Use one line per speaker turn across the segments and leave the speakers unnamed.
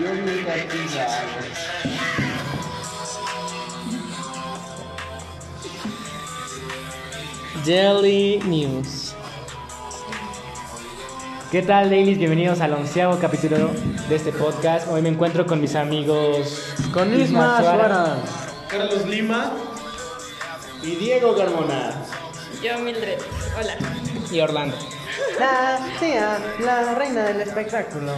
yo vivo castigado.
Daily News.
¿Qué tal, ladies? Bienvenidos al onceavo capítulo de este podcast. Hoy me encuentro con mis amigos.
Con Isma Suárez.
Carlos Lima y Diego Carmona.
Yo, Mildred. Hola.
Y Orlando.
La tía, la reina del espectáculo.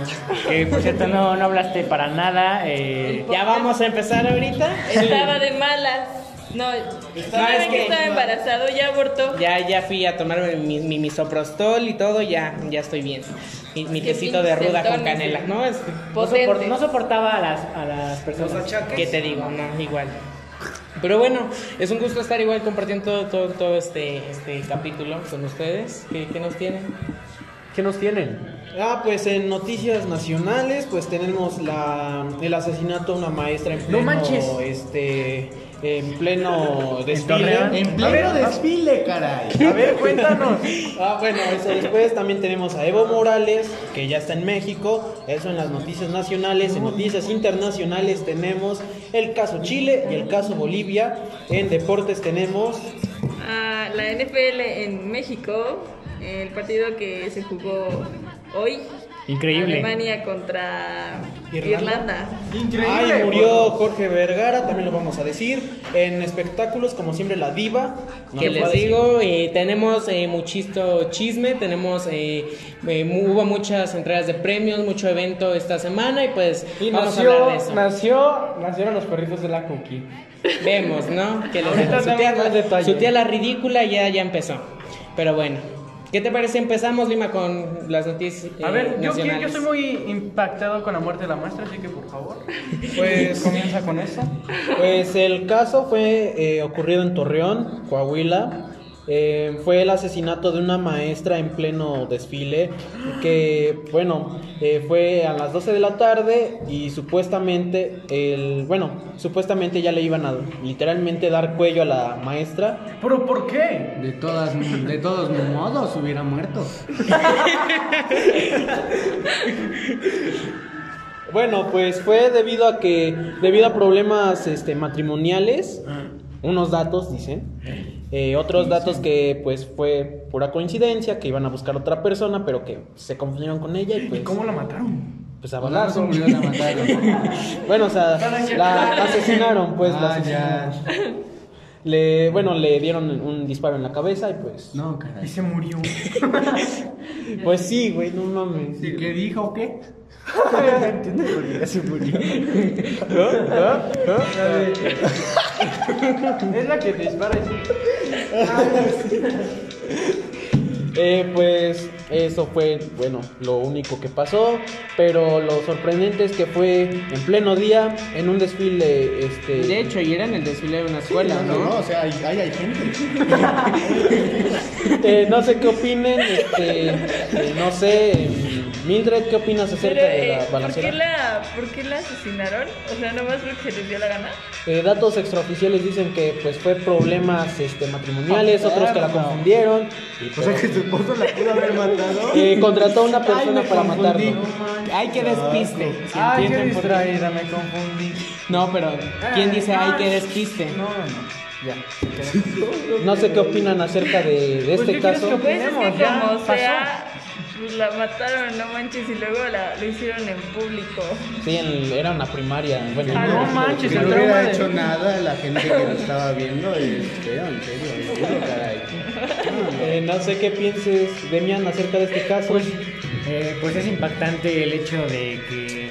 Que por cierto no, no hablaste para nada. eh, ya vamos a empezar ahorita.
Estaba de malas. No,
Estaba-
saben
es
que
que-
estaba embarazado, ya abortó.
Ya, ya fui a tomarme mi, mi misoprostol y todo, ya, ya estoy bien. Mi, mi
Qué
tecito de ruda
pinche
con canela, ¿no? Es,
No,
Potente.
sopor- no soportaba a las, a las personas.
¿Qué te digo? No, igual. Pero bueno, es un gusto estar igual compartiendo todo, todo, todo este, este capítulo con ustedes. ¿Qué, qué nos tienen?
¿Qué nos tienen?
Ah, pues en noticias nacionales, pues tenemos la, el asesinato a una maestra en pleno,
manches.
este, en pleno
Torreón?
desfile.
En pleno desfile, caray.
A ver, cuéntanos. ah, bueno, eso después también tenemos a Evo Morales, que ya está en México. Eso en las noticias nacionales. En noticias internacionales tenemos el caso Chile y el caso Bolivia. En deportes tenemos
Ah, la NFL en México, el partido que se jugó hoy.
Increíble.
Alemania contra
Irlanda.
Irlanda.
Increíble.
Ay, murió Jorge Vergara, también lo vamos a decir. En espectáculos, como siempre, la diva. No
que
lo
les
puedo decir.
digo, eh, tenemos eh, muchísimo chisme, tenemos eh, eh, mu- hubo muchas entregas de premios, mucho evento esta semana y pues
Y
vamos a
nació,
hablar de eso.
nació, nacieron los perritos de la cookie.
Vemos, ¿no? Que les-
Ahorita
su,
damos
tía,
más detalle.
su tía la ridícula ya, ya empezó. Pero bueno, ¿qué te parece? Empezamos, Lima, con las noticias. eh,
A ver, yo, quiero- yo
nacionales.
estoy muy impactado con la muerte de la maestra, así que por favor, pues comienza con eso.
Pues el caso fue eh, ocurrido en Torreón, Coahuila. Eh, fue el asesinato de una maestra en pleno desfile que, bueno, eh, fue a las 12 de la tarde y supuestamente, el, bueno, supuestamente ya le iban a literalmente dar cuello a la maestra.
¿Pero por qué?
De, todas, de todos modos hubiera muerto.
Bueno, pues fue debido a que, debido a problemas este, matrimoniales, unos datos, dicen, eh, otros datos que pues fue pura coincidencia, que iban a buscar otra persona, pero que se confundieron con ella y pues,
¿Y cómo la mataron?
pues a
Hablar
balazos.
sobre la mataron.
Bueno, o sea, la asesinaron, pues la
Ah, ya.
asesinaron. Le, bueno, le dieron un disparo en la cabeza y pues,
No,
Y
caray.
se murió.
pues sí, güey, no mames.
¿Y qué dijo qué?
¿Eh? Es la que dispara y
Eh, pues eso fue, bueno, lo único que pasó, pero lo sorprendente es que fue en pleno día, en un desfile, este...
De hecho, ayer en el desfile de una escuela, ¿no?
o sea, ahí ahí hay gente.
eh, no sé qué opinen, este, eh, no sé, eh, Mildred, ¿qué opinas
Pero,
acerca de
eh,
la
¿por, qué
balacera?
la, ¿por qué la asesinaron? O sea, nomás porque les dio la gana.
Eh, datos extraoficiales dicen que pues fue problemas este, matrimoniales,
Ah,
otros que la confundieron,
O sea, que su esposo la pudo haber matado.
eh, contrató a una persona para matarlo.
Ay, qué despiste. Si
Ay, qué
entienden por qué.
distraída, me confundí.
No, pero ¿quién dice ay, qué despiste?
No, no, no.
No sé qué opinan acerca de, de este
¿qué quieres
caso.
que
Pues es
Tenemos,
que
ya
como
pasó.
sea, pues la mataron, no manches, y luego la, lo hicieron en público.
Sí, en- era una primaria. Bueno,
Ah, no manches,
Que
el
no
trauma
hubiera
de-
hecho nada la gente que lo estaba viendo. eh, Pero en serio, en serio, caray.
Eh, no sé qué pienses, Demian, acerca de este caso.
Pues, eh, pues es impactante el hecho de que eh,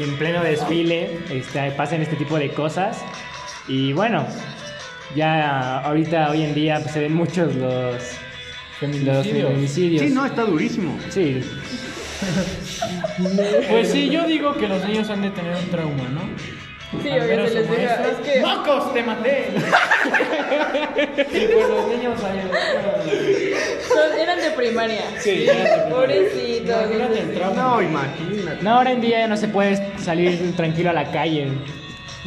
en pleno desfile este, pasen este tipo de cosas. Y bueno, ya ahorita, hoy en día, pues, se ven muchos los los feminicidios.
Sí, no, está durísimo.
Sí.
Pues sí, yo digo que los niños han de tener un trauma, ¿no?
Sí,
Al
obvio
menos
se les
como
deja. Es
esas.
que
¡Mocos, te maté! y pues los niños ahí...
son- eran de primaria.
Sí, ya te-
Pobrecitos.
Imagínate el trauma.
No, imagínate.
No, ahora en día ya no se puede salir tranquilo a la calle.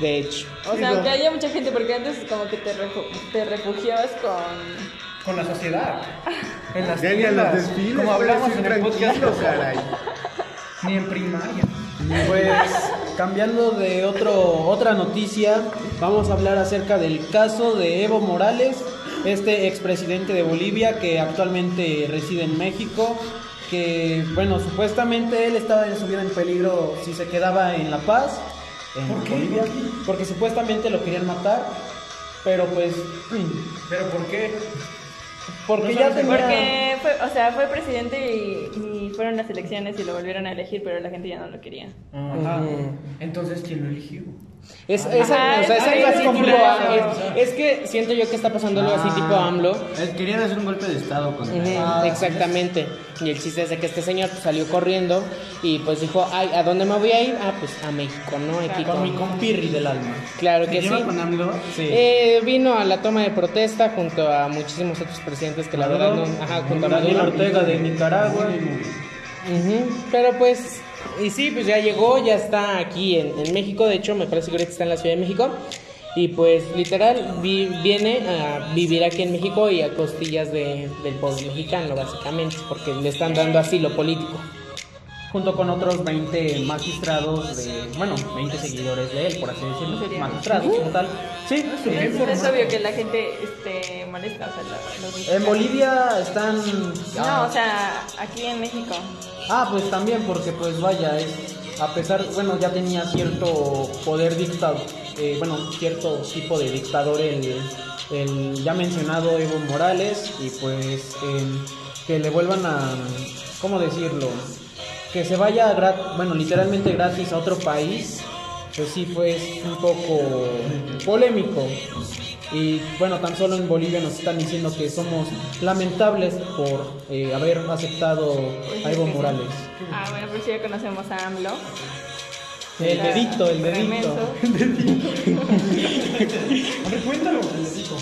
De hecho.
O sea, aunque haya mucha gente, porque antes como que te, refu- te refugiabas con...
Con la sociedad. En las
Ya ni a los
tiendas,
desfiles.
Como hablamos en el
tranquilo,
podcast.
caray.
Ni en primaria.
Pues cambiando de otro, otra noticia, vamos a hablar acerca del caso de Evo Morales, este expresidente de Bolivia que actualmente reside en México, que bueno, supuestamente él estaba en su vida en peligro si se quedaba en La Paz, en Bolivia, porque supuestamente lo querían matar, pero pues
¿Pero por qué?
porque
No
ya
sabes
tenía
Porque fue, o sea, fue presidente y, y fueron las elecciones y lo volvieron a elegir, pero la gente ya no lo quería.
Ajá. Entonces, ¿quién lo eligió?
Es, es,
Ajá,
o sea, es
es
algo así
algo
tipo
similar.
AMLO. Es, es que siento yo que está pasando algo así tipo AMLO. Ah,
Eh, Querían hacer un golpe de estado con
Ujú, exactamente. Y el chiste es de que este señor pues, salió corriendo y pues dijo, ay, ¿a dónde me voy a ir? Ah, pues a México, ¿no? Aquí
con mi
con-
compirri del alma.
Claro
¿Se
que sí.
lleva con AMLO?
Sí.
Eh, vino a la toma de protesta junto a muchísimos otros presidentes que la verdad no... Ajá, junto a
Daniel
Maduro.
Ortega de Nicaragua.
Ujú, Pero pues, y sí, pues ya llegó, ya está aquí en, en México, de hecho me parece que ahorita está en la Ciudad de México. Y pues literal vi- viene a vivir aquí en México y a costillas de- del pueblo mexicano, básicamente, porque le están dando asilo político.
junto con otros 20 magistrados de, bueno, 20 seguidores de él, por así decirlo,
Sería.
magistrados como tal. Sí, eh,
Es, es obvio que la gente este, molesta, o sea, la- los
en
mexicanos.
Bolivia están...
No, o sea, aquí en México.
Ah, pues también, porque pues vaya, es, a pesar, bueno, ya tenía cierto poder dictado, eh, bueno, cierto tipo de dictador el, el ya mencionado Evo Morales, y pues eh, que le vuelvan a, ¿cómo decirlo? Que se vaya, grat- bueno, literalmente gratis a otro país, pues sí, pues un poco polémico. Y bueno, tan solo en Bolivia nos están diciendo que somos lamentables por eh, haber aceptado a Evo Morales.
Ah, bueno, pues ya conocemos a AMLO.
El
La-
dedito, el
Tremendo.
dedito.
A ver, cuéntalo. Francisco.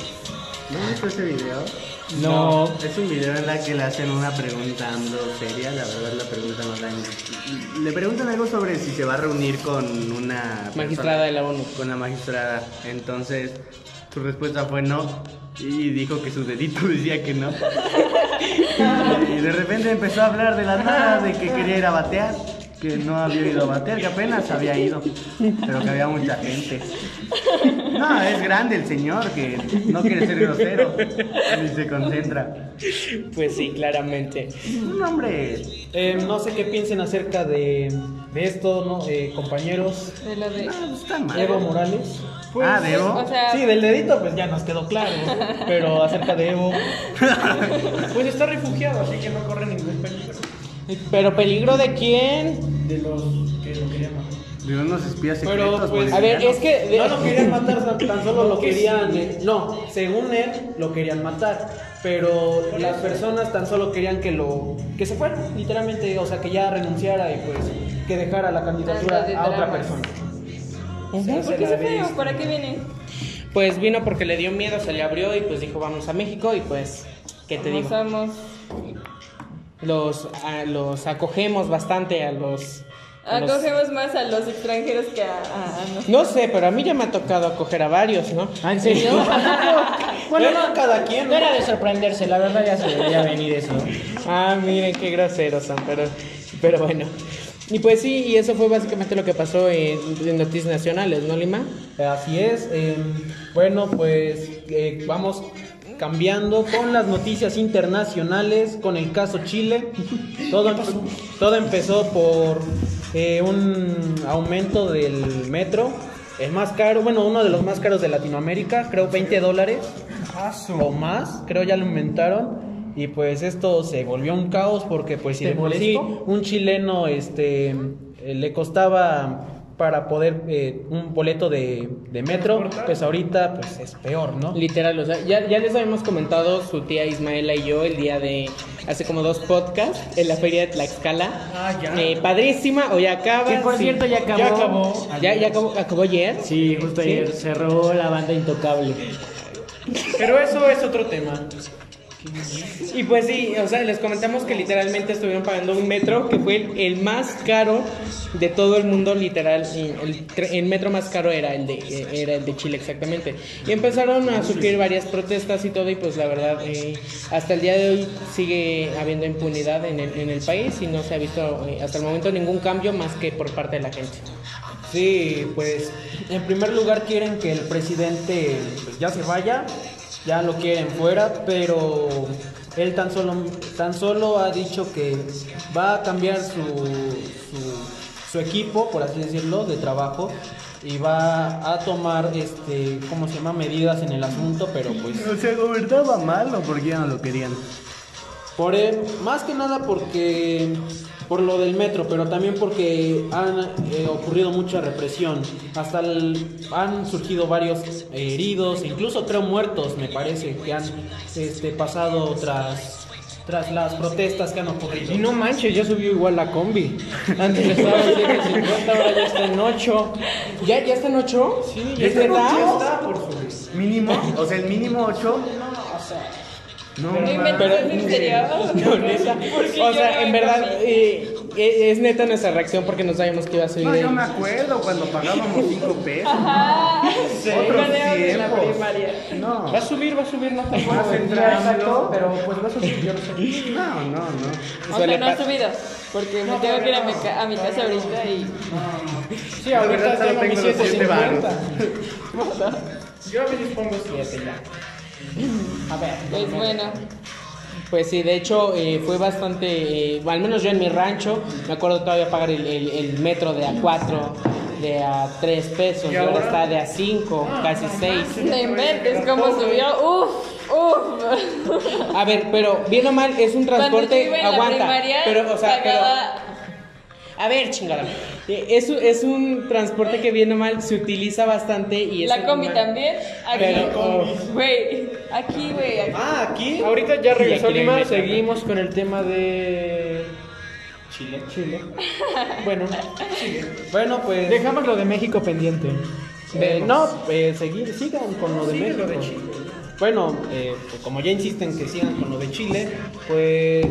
¿No has visto ese video?
No.
Es un video en la que le hacen una pregunta a AMLO seria, la verdad la pregunta no da ni- Le preguntan algo sobre si se va a reunir con una... persona-
Magistrada de la ONU.
Con la magistrada. Entonces, su respuesta fue no. Y dijo que su dedito decía que no. y de repente empezó a hablar de la nada, de que quería ir a batear. Que no había ido a batear, que apenas había ido. Pero que había mucha gente. No, es grande el señor, que no quiere ser grosero. Ni se concentra.
Pues sí, claramente.
Un hombre.
Eh, no sé qué piensen acerca de, de esto, ¿no? Eh, compañeros.
De lo de.
No, pues, está mal.
Evo Morales.
ah, de Evo.
O sea,
Sí, del dedito pues ya nos quedó claro, pero acerca de Evo.
Pues está refugiado, así que no corre ningún peligro.
Pero peligro de quién?
De los que lo querían matar.
De unos espías
Pero,
secretos.
pues,
A ver, es que...
No lo querían matar, tan- tan solo lo querían. eh, No, según él, lo querían matar. Pero las personas tan solo querían que lo. que se fuera, literalmente. O sea, que ya renunciara y pues que dejara la candidatura
Tanto de
a otra
dramas.
persona.
Ujú.
¿por qué se fue o para qué viene?
Pues vino porque le dio miedo, se le abrió y pues dijo vamos a México y pues, ¿qué te
Como
digo?
somos.
Los, a- los acogemos bastante a los...
Ah,
a los-
Acogemos más a los extranjeros que a, a, a nosotros.
No sé, pero a mí ya me ha tocado acoger a varios, ¿no?
¿Ah, en serio?
Bueno, no, cada quien.
No era de sorprenderse, la verdad ya se debería venir eso.
Ah, miren qué groseros son, pero, pero bueno. Y pues sí, y eso fue básicamente lo que pasó en, en Noticias Nacionales, ¿no, Lima?
Así es. eh, bueno, pues eh, vamos cambiando con las noticias internacionales, con el caso Chile. Todo, empe- todo empezó por eh, un aumento del metro. El más caro, bueno, uno de los más caros de Latinoamérica, creo 20 dólares o más, creo ya lo inventaron. Y pues esto se volvió un caos porque pues si de por sí un chileno este eh, le costaba para poder eh, un boleto de, de metro, pues ahorita pues es peor, ¿no?
Literal, o sea, ya, ya les habíamos comentado su tía Ismaela y yo el día de hace como dos podcasts en la feria de Tlaxcala.
Ah, ya.
Eh, padrísima, hoy acaba.
Que, por cierto, ya acabó.
Ya acabó. Ya, ya acabó, acabó ayer.
Sí, justo ayer cerró la banda Intocable.
Pero eso es otro tema.
Y pues sí, o sea, les comentamos que literalmente estuvieron pagando un metro que fue el, el más caro de todo el mundo, literal. y El, tre- el metro más caro era el, de, eh, era el de Chile, exactamente. Y empezaron a surgir varias protestas y todo, y pues la verdad, eh, hasta el día de hoy sigue habiendo impunidad en el, en el país y no se ha visto eh, hasta el momento ningún cambio más que por parte de la gente.
Sí, pues en primer lugar quieren que el presidente pues, ya se vaya, ya lo quieren fuera, pero él tan solo, tan solo ha dicho que va a cambiar su, su, su equipo, por así decirlo, de trabajo y va a tomar, este, ¿cómo se llama?, medidas en el asunto, pero pues
O sea, gobernaba mal o porque ya no lo querían.
por eh, más que nada porque por lo del metro, pero también porque han eh, ocurrido mucha represión. Hasta el- han surgido varios eh, heridos, incluso creo muertos, me parece, que han este, pasado tras tras las protestas que han ocurrido.
Y no manches, ya subió igual la combi. Antes estaba en 7.50, ahora ya está en 8. ¿Ya, ya está en 8? Sí,
¿Ya
¿es
está en
verdad?
ocho? Mínimo, o sea, el mínimo 8. No,
No
ma-
inventes,
Pero-
es misterioso.
No, neta.
Porque
O
yo no
sea, en
me
verdad,
comí.
eh, eh, es neta nuestra reacción porque no sabíamos que iba a subir.
no, yo
el-
me acuerdo cuando pagábamos 5 pesos.
Ajá.
Otros
Maneras de la
tiempos.
primaria.
No,
Va a subir, va a subir, no te
más
Exacto,
entrando.
pero pues vas a subir, yo no sé.
No, no, no.
O
Suele
sea, no ha
pa-
subido. Porque me tengo que ir a mi, ca- a mi casa ahorita y.
Sí,
La verdad,
ahorita
solo
tengo mis
tengo los siete varos.
750. Yo a veces pongo 7 ya.
Pues bueno.
Pues sí, de hecho eh, fue bastante, eh, al menos yo en mi rancho, me acuerdo todavía pagar el, el- el metro de a 4, de a 3 pesos, y ahora está de a 5, casi 6.
No inventes cómo subió. Uf, uf.
A ver, pero bien o mal, es un
Cuando yo
transporte,
iba en
aguanta.
la primaria,
pero, o sea, pero-
pagaba-
A ver, chingada. Eh, Es, un- es un transporte que bien o mal se utiliza bastante y es
la combi
normal.
también. Aquí,
Pero, oh.
güey. Aquí, güey. aquí.
Ah, aquí.
Ahorita ya regresó
aquí no hay
Lima,
metro.
seguimos con el tema de Chile. Chile. Bueno,
Bueno, pues
dejamos lo de México pendiente.
eh,
Vemos.
no, eh, seguir, sigan con lo de
Sigue lo
México.
de Chile.
Bueno, eh, pues como ya insisten que sigan con lo de Chile, pues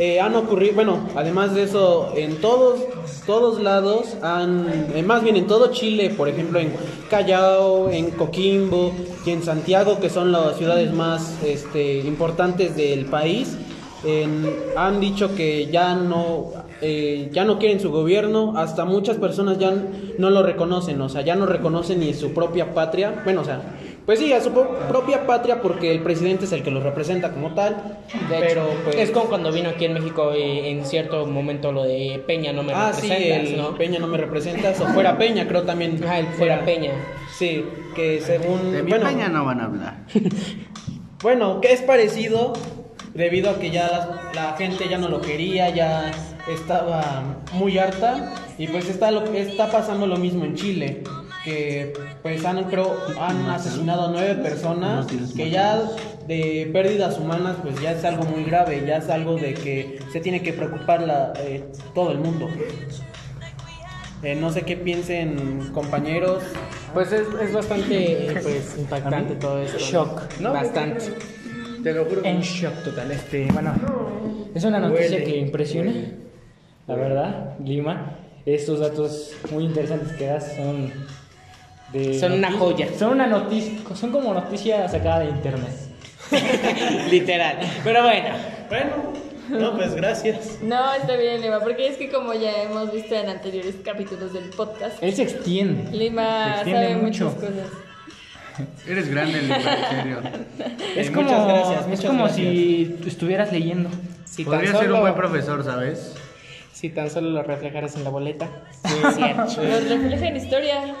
eh, han ocurrido, bueno, además de eso, en todos, todos lados, han, eh, más bien en todo Chile, por ejemplo, en Callao, en Coquimbo y en Santiago, que son las ciudades más este, importantes del país, en- han dicho que ya no, eh, ya no quieren su gobierno, hasta muchas personas ya n- no lo reconocen, o sea, ya no reconocen ni su propia patria, bueno, o sea, pues sí, a su po- propia patria porque el presidente es el que los representa como tal,
De hecho,
pero pues...
es como cuando vino aquí en México eh, en cierto momento lo de Peña no me
ah, sí,
representas,
el
¿no?
Peña no me representas, o fuera Peña, creo también.
Ajá, el fuera Peña.
Sí, que según...
De mi
bueno,
peña no van a hablar.
Bueno, que es parecido debido a que ya la, la gente ya no lo quería, ya estaba muy harta y pues está lo- está pasando lo mismo en Chile, que pues han creo han asesinado a nueve personas que ya de pérdidas humanas pues ya es algo muy grave, ya es algo de que se tiene que preocupar la, eh, todo el mundo. Eh, no sé qué piensen compañeros.
Pues es, es bastante eh, pues, impactante todo esto.
Shock.
¿no? Bastante.
Te lo juro.
En shock total, este, bueno, es una noticia que impresiona, la verdad, Lima. Estos datos muy interesantes que das son de
Son una
noti-
joya.
Son una noticia, son como noticia sacada de internet.
Literal. Pero bueno,
Bueno, no pues gracias.
No, está bien, Lima, porque es que como ya hemos visto en anteriores capítulos del podcast,
Él se extiende.
Lima
Se extiende
sabe
mucho.
muchas cosas.
Eres grande, Lima, en serio.
Es
Eh,
como,
muchas gracias,
es
muchas
como
gracias.
si estuvieras leyendo.
si tan,
Podría
solo,
ser un buen profesor, ¿sabes?
si tan solo lo reflejaras en la boleta.
Nos refleja en historia.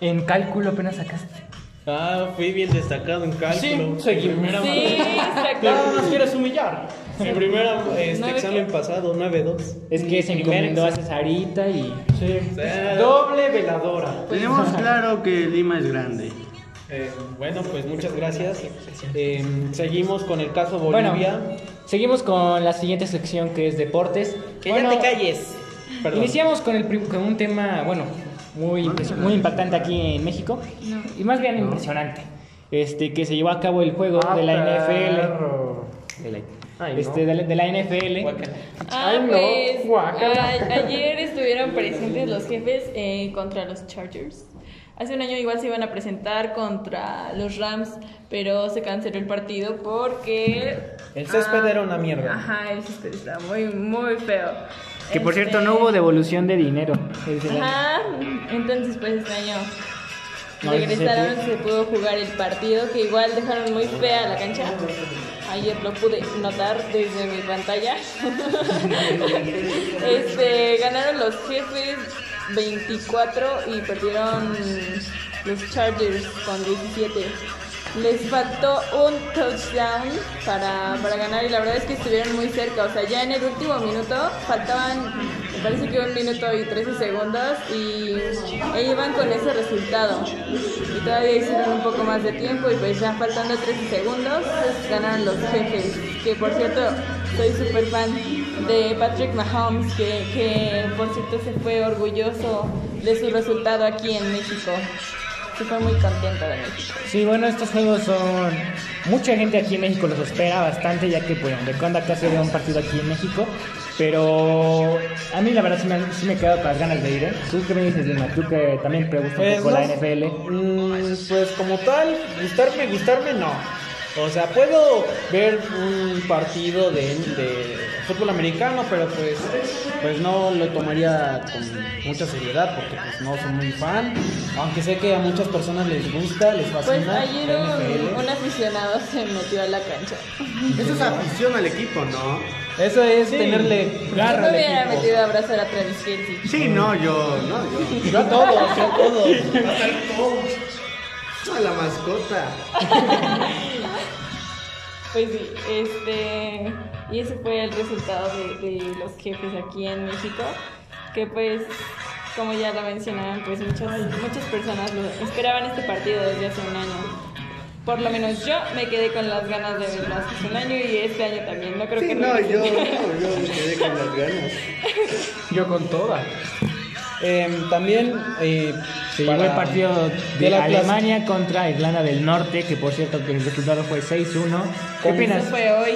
En cálculo apenas sacaste.
Ah, fui bien destacado pues, en cálculo.
seguimos.
Sí,
Nada más
exacto.
quieres humillar. Mi primer este,
Nueve
examen pasado, 9-2.
Es que se encomendó a Cesarita y...
Doble veladora.
Tenemos claro que Lima es grande.
Eh, bueno, pues muchas gracias. Eh, seguimos con el caso Bolivia.
Bueno, seguimos con la siguiente sección que es deportes. Bueno,
calles.
Perdón.
Iniciamos con, el, prim- con un tema, bueno, muy, impres- muy impactante aquí en México y más bien impresionante. este, que se llevó a cabo el juego de la NFL. De la,
Ay, no.
este, de la- de la NFL.
Ah,
Ay, no,
pues,
guácala.
a- ayer estuvieron presentes los jefes eh, contra los Chargers. Hace un año igual se iban a presentar contra los Rams, pero se canceló el partido porque...
El césped
ah,
era una mierda.
Ajá, el césped está muy, muy feo.
Que por
Este,
cierto no hubo devolución de dinero. Es el-
Ajá, entonces pues este año
No,
regresaron,
ese
se pudo jugar el partido, que igual dejaron muy fea la cancha. Ayer lo pude notar desde mi pantalla. este, ganaron los jefes 24 y perdieron los Chargers con 17. Les faltó un touchdown para, para ganar y la verdad es que estuvieron muy cerca. O sea, ya en el último minuto faltaban, me parece que un minuto y 13 segundos y e iban con ese resultado. Y todavía hicieron un poco más de tiempo y pues ya faltando 13 segundos pues, ganaron los jefes. Que por cierto, soy súper fan de Patrick Mahomes, que, que por cierto se fue orgulloso de su resultado aquí en México. Se fue muy contento de México.
Sí, bueno, estos juegos son... Mucha gente aquí en México los espera bastante, ya que, bueno, de cuando acá se ve un partido aquí en México. Pero a mí, la verdad, sí me, sí me he quedado con las ganas de ir, ¿eh? ¿Tú qué me dices, Lima? Tú que también te gusta un
Pues,
poco la
no,
NFL.
mm, pues como tal, gustarme, gustarme no. O sea, puedo ver un partido de, de fútbol americano, pero pues, pues no lo tomaría con mucha seriedad porque pues no soy muy fan. Aunque sé que a muchas personas les gusta, les
Pues
fascina.
ayer
la
un,
NFL.
un aficionado se metió a la cancha.
Eso es afición al equipo, ¿no?
Eso es tenerle
Yo
garra
me
al
hubiera
equipo.
metido a abrazar a Travis Kelsey.
Sí, no, yo, no, yo.
Yo a todos, yo a todos.
No, la mascota.
Pues sí, este. Y ese fue el resultado de, de los jefes aquí en México. Que pues, como ya lo mencionaban, pues muchas, muchas personas lo esperaban este partido desde hace un año. Por lo menos yo me quedé con las ganas de verlo hace un año y este año también. No creo
Sí,
que
no,
regrese.
yo, no, yo me quedé con las ganas.
Yo con toda.
Em, también eh,
Se llevó el
para-
partido de,
de la clase-
Alemania contra Irlanda del Norte, que por cierto que el resultado fue 6-1. ¿Qué
Con-
opinas?
Eso fue hoy.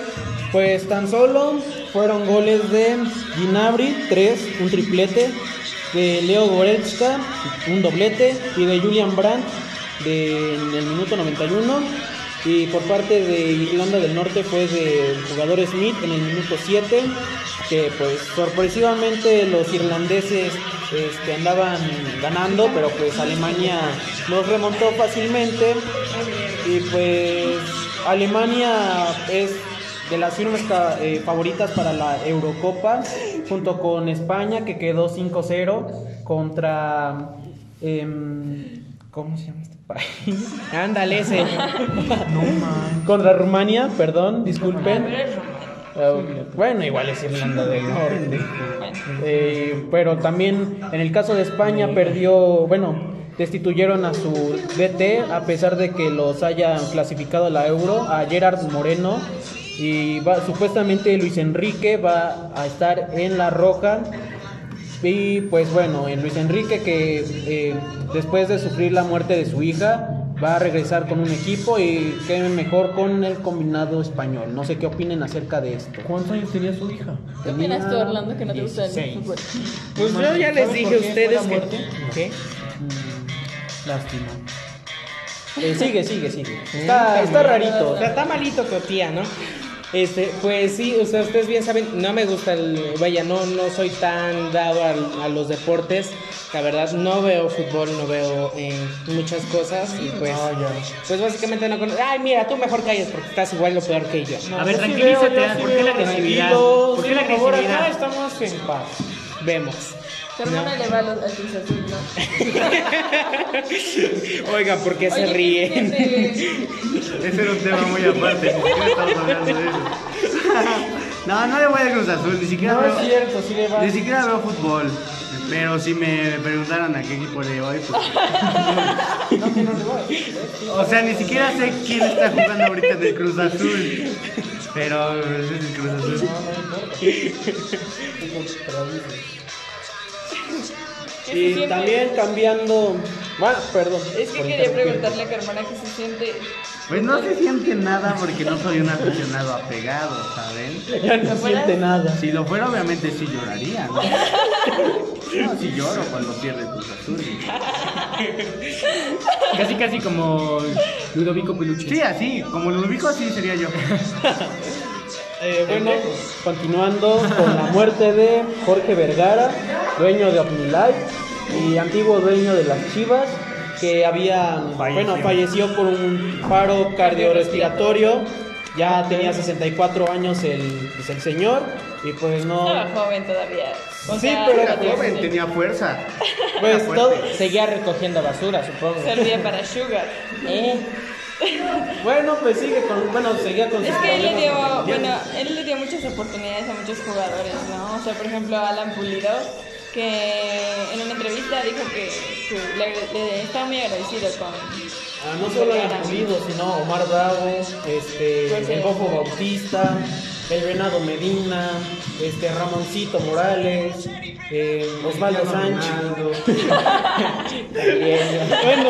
Pues tan solo fueron goles de Ginabri, 3, un triplete, de Leo Goretzka, un doblete, y de Julian Brandt de, en el minuto 91. Y por parte de Irlanda del Norte fue del jugador Smith en el minuto 7, que pues sorpresivamente los irlandeses este, andaban ganando, pero pues Alemania los remontó fácilmente. Y pues Alemania es de las firmas ca- eh, favoritas para la Eurocopa, junto con España, que quedó 5-0 contra... em, ¿Cómo se llama este país?
Ándale, ese.
contra Rumania, perdón, disculpen.
Pero es romántico.
Eh, bueno, igual es Irlanda del Norte.
Bueno.
Eh, pero también en el caso de España perdió, bueno, destituyeron a su DT a pesar de que los hayan clasificado a la Euro, a Gerard Moreno. Y va, supuestamente Luis Enrique va a estar en la roja. Y pues bueno, en Luis Enrique que eh, después de sufrir la muerte de su hija va a regresar con un equipo y qué mejor con el combinado español. No sé qué opinen acerca de esto.
¿Cuántos años tenía su hija?
¿Qué opinas tú, Orlando, que no te gusta el
16.
fútbol?
Pues yo ya les dije a ustedes que. ¿Qué?
Lástima. Eh, sigue, sigue, sigue. Está, está
O
rarito.
sea, está malito tu tía, ¿no? Este, pues sí, o sea, ustedes bien saben, no me gusta el, vaya, no, no soy tan dado al- a los deportes, la verdad no veo fútbol, no veo eh, muchas cosas y pues, pues básicamente no conozco, ay mira, tú mejor calles porque estás igual lo peor que yo.
A ver, tranquilízate, ¿eh? ¿por qué la agresividad? ¿Por qué la agresividad?
estamos en paz.
Vemos.
Tu hermana le va a los- al Cruz Azul, ¿no?
Oiga, ¿por qué se
Oye,
ríen?
fíjate,
Ese era un tema muy aparte, ni siquiera estamos hablando de eso. No, no le voy a Cruz Azul, ni siquiera
No es
veo,
cierto, sí le va.
ni siquiera veo fútbol. Pero si me preguntaron a qué equipo le voy, pues. O sea, ni siquiera sé quién está jugando ahorita en el Cruz Azul. Pero ese es el Cruz Azul.
que se
Y
siente-
también cambiando. Bueno, perdón.
Es que
por
quería
interrumpir.
preguntarle a Carmona que se siente
Pues no se siente nada porque no soy un aficionado apegado, ¿saben?
Ya no siente nada.
Si lo fuera, obviamente sí lloraría, ¿no? No, sí lloro cuando pierde Cruz Azul.
Casi, casi como Ludovico Peluche.
Sí, así, como lo ubico, así sería yo.
Eh, bueno, continuando con la muerte de Jorge Vergara, dueño de OmniLife y antiguo dueño de las Chivas, que había, bueno, falleció por un paro cardiorrespiratorio. Ya tenía 64 años el, pues, el señor y pues no...
Estaba joven todavía.
Sí, pero
Era
tenía-
joven, tenía fuerza.
Pues
fuerte.
todo,
Seguía recogiendo basura, supongo.
Servía para Sugar.
¿Eh?
bueno, pues sigue con, bueno, seguía con
Es
sus
que él le
problemas
dio,
familiares.
bueno, él le dio muchas oportunidades a muchos jugadores, ¿no? O sea, por ejemplo, Alan Pulido, que en una entrevista dijo que, que le, le estaba muy agradecido con...
Ah, no solo Alan Pulido, sino Omar Bravo,
Pues,
este,
eh.
el Bofo Bautista, el Venado Medina, este, Ramoncito Morales, eh, Osvaldo Sánchez. También, bueno,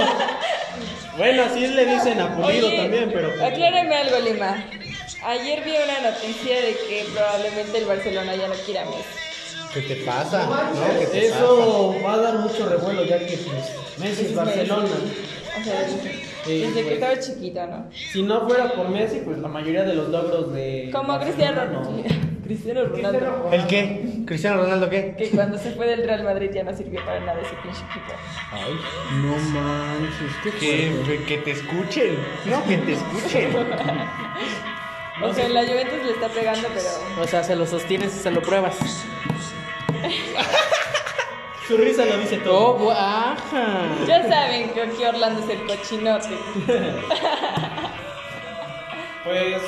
bueno, así le dicen a Pulido
Oye,
también, pero...
Aclárame algo, Lima. Ayer vi una noticia de que probablemente el Barcelona ya no quiera a Messi.
¿Qué te pasa? Eso va a dar mucho revuelo ya que pues, Messi es Barcelona.
O sea,
Sí,
desde que
güey.
estaba chiquito, ¿no?
Si no fuera por Messi, pues la mayoría de los logros de...
Como
Barcelona,
Cristiano
no.
Ronaldo. Cristiano Ronaldo.
¿El qué? ¿Cristiano Ronaldo qué?
Que cuando se fue del Real Madrid ya no sirvió para nada ese pinche equipo.
No manches, qué
Que, que te escuchen. No, que te escuchen.
O sea, la Juventus le está pegando, pero...
O sea, se lo sostienes y se lo pruebas.
Su risa lo dice
Oh,
todo.
bu- ajá.
Ya saben que aquí Orlando es el cochinote.
Pues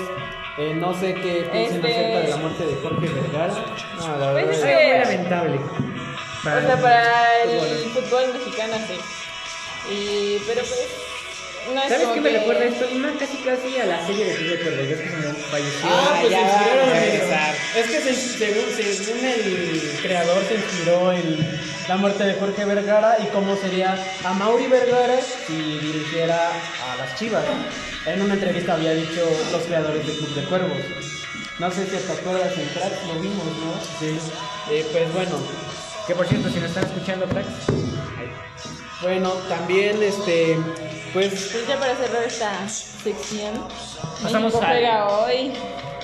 eh, no sé qué piensen
Este-
acerca de la muerte de Jorge Vergara. No, la
Pues es
verdad.
Muy
que,
lamentable.
o sea, para el fútbol mexicano sí. Y, pero pues, no es
¿Sabes
como
qué me
que-
recuerda esto, Lima? Casi, casi a la serie de Club de Cuervos, que cuando falleció.
Ah, pues
Ya,
censuraron
ya,
el-
regresar.
Es que se- según, según el creador se inspiró en la muerte de Jorge Vergara y cómo sería a Mauri Vergara si dirigiera a las Chivas. En una entrevista había dicho los creadores de Club de Cuervos. No sé si te acuerdas en track, lo vimos, ¿no? Sí. pues bueno,
Que por cierto, si nos están escuchando, Prax,
bueno, también este, pues...
Pues ya para cerrar esta sección,
Pasamos
México
a-
juega hoy.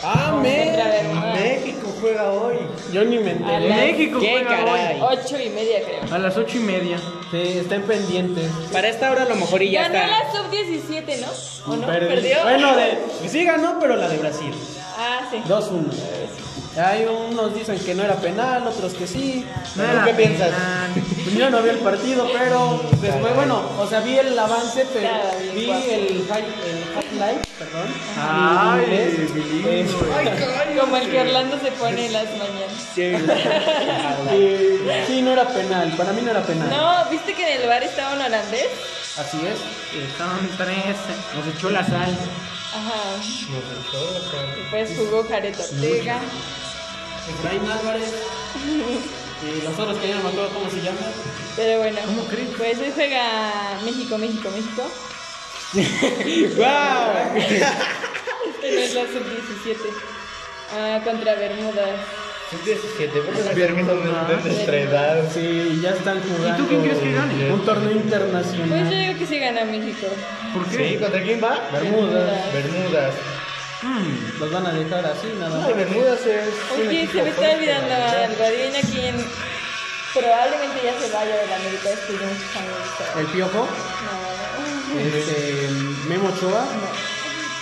¡Ah,
Contra Bermuda.
México juega hoy! Yo ni me
A
enteré.
las
México
¿Qué
juega
caray?
Ocho y media creo.
a las ocho y media.
Sí, estén pendientes.
Para esta hora a lo mejor y ya
Ganó
está.
la sub-17, ¿no? ¿O no?
Perdió.
¿Perdió?
Bueno, de, sí ganó, pero la de Brasil.
Ah, sí.
2-1. Hay unos dicen que no era penal, otros que sí.
No
¿Tú
era
¿Qué piensas?
penal.
Pues Yo no vi el partido, pero después, bueno, o sea, vi el avance, pero
Nada, bien
vi
guapo.
el highlight, perdón.
Ay,
en inglés.
bilingüe.
Eh,
Como el que Orlando se pone en las mañanas.
eh, sí, no era penal, para mí no era penal.
No, ¿viste que en el bar estaba un holandés?
Así es.
Son tres. Nos echó la sal.
Ajá. Y pues jugó Jared Ortega.
Efraín Álvarez. Y los otros que ya no me acuerdo cómo se llaman.
Pero bueno, pues hoy juega México, México, México.
¡Wow!
Este no es la sub-17. Ah, contra Bermuda.
Sí, ya están jugando.
¿Y tú quién crees que gane?
Un torneo
Pues yo
internacional.
digo que sí gana México.
¿Por qué?
Bermudas.
Bermudas.
Los van a dejar así, nada
No,
más.
Bermudas es. un
Oye, se
equipo
me está
fuerte,
olvidando
la verdad.
algo. Adivina quién. Probablemente ya se vaya de la América. Es que yo muchos años.
El piojo,
No.
este, Memo Ochoa.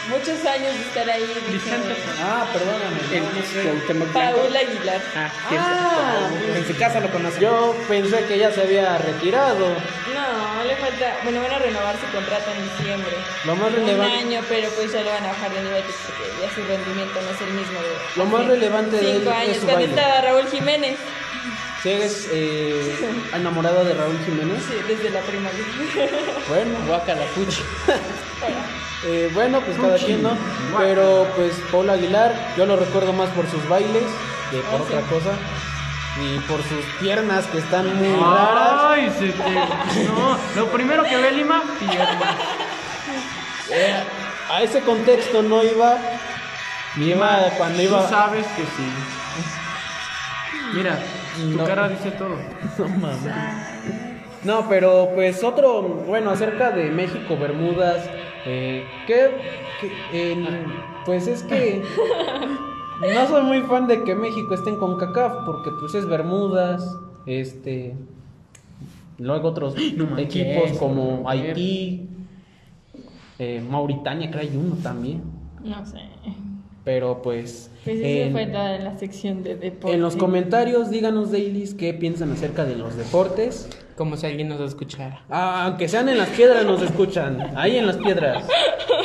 Muchos años de estar ahí. dicen,
Ah, perdóname.
Cuauhtémoc Blanco.
Paula Aguilar.
Ah, sí,
Ah,
En su casa lo conocen.
yo pensé que ya se había retirado.
No, le falta. Bueno, van a renovar su contrato en diciembre.
Lo más
Un
relevante.
año, pero pues ya lo van a bajar de nivel pues, porque ya su rendimiento no es el mismo. De
Lo más relevante de él
cinco
es
años.
su
Cuando
baile.
estaba Raúl Jiménez.
Si eres eh, enamorada de Raúl Jiménez,
Sí, desde la primaria.
bueno, guacala, puchi. Eh, bueno, pues cada quien, ¿no? Pero pues Paula Aguilar, yo lo recuerdo más por sus bailes que por
Ah,
otra cosa. Y por sus piernas que están muy raras.
Ay, se te... No, lo primero que ve Lima, pierna.
Eh, a ese contexto no iba. Iba cuando
Tú
iba.
sabes que sí. Mira, tu cara dice todo.
No, pero pues otro, bueno, acerca de México, Bermudas, eh, que, que, eh, pues es que no soy muy fan de que México esté en CONCACAF, porque pues es Bermudas, este, luego otros equipos como Haití, eh, Mauritania, creo hay uno también,
No sé.
pero pues...
Pues eso
en-
fue toda la sección de deporte.
en los comentarios díganos, Dailies, qué piensan acerca de los deportes.
Como si alguien nos escuchara.
Ah, aunque sean en las piedras nos escuchan, ahí en las piedras.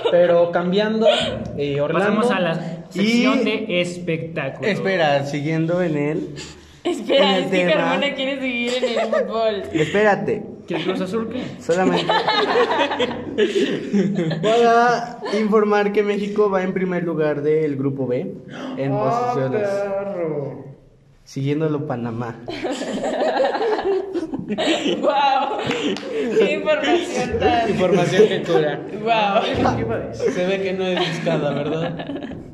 Pero cambiando, eh, Orlando.
Pasamos a la sección de espectáculos.
Espera, siguiendo en él. en
Espera,
el
es que
tema.
Carmona quiere seguir en el fútbol.
Espérate,
¿Que el Cruz Azul qué?
solamente. Para informar que México va en primer lugar del grupo B en
Ah,
posiciones. Siguiéndolo Panamá.
¡Wow! ¡Qué información tan!
Información que cura.
¡Wow!
Se ve que no es buscada, ¿verdad?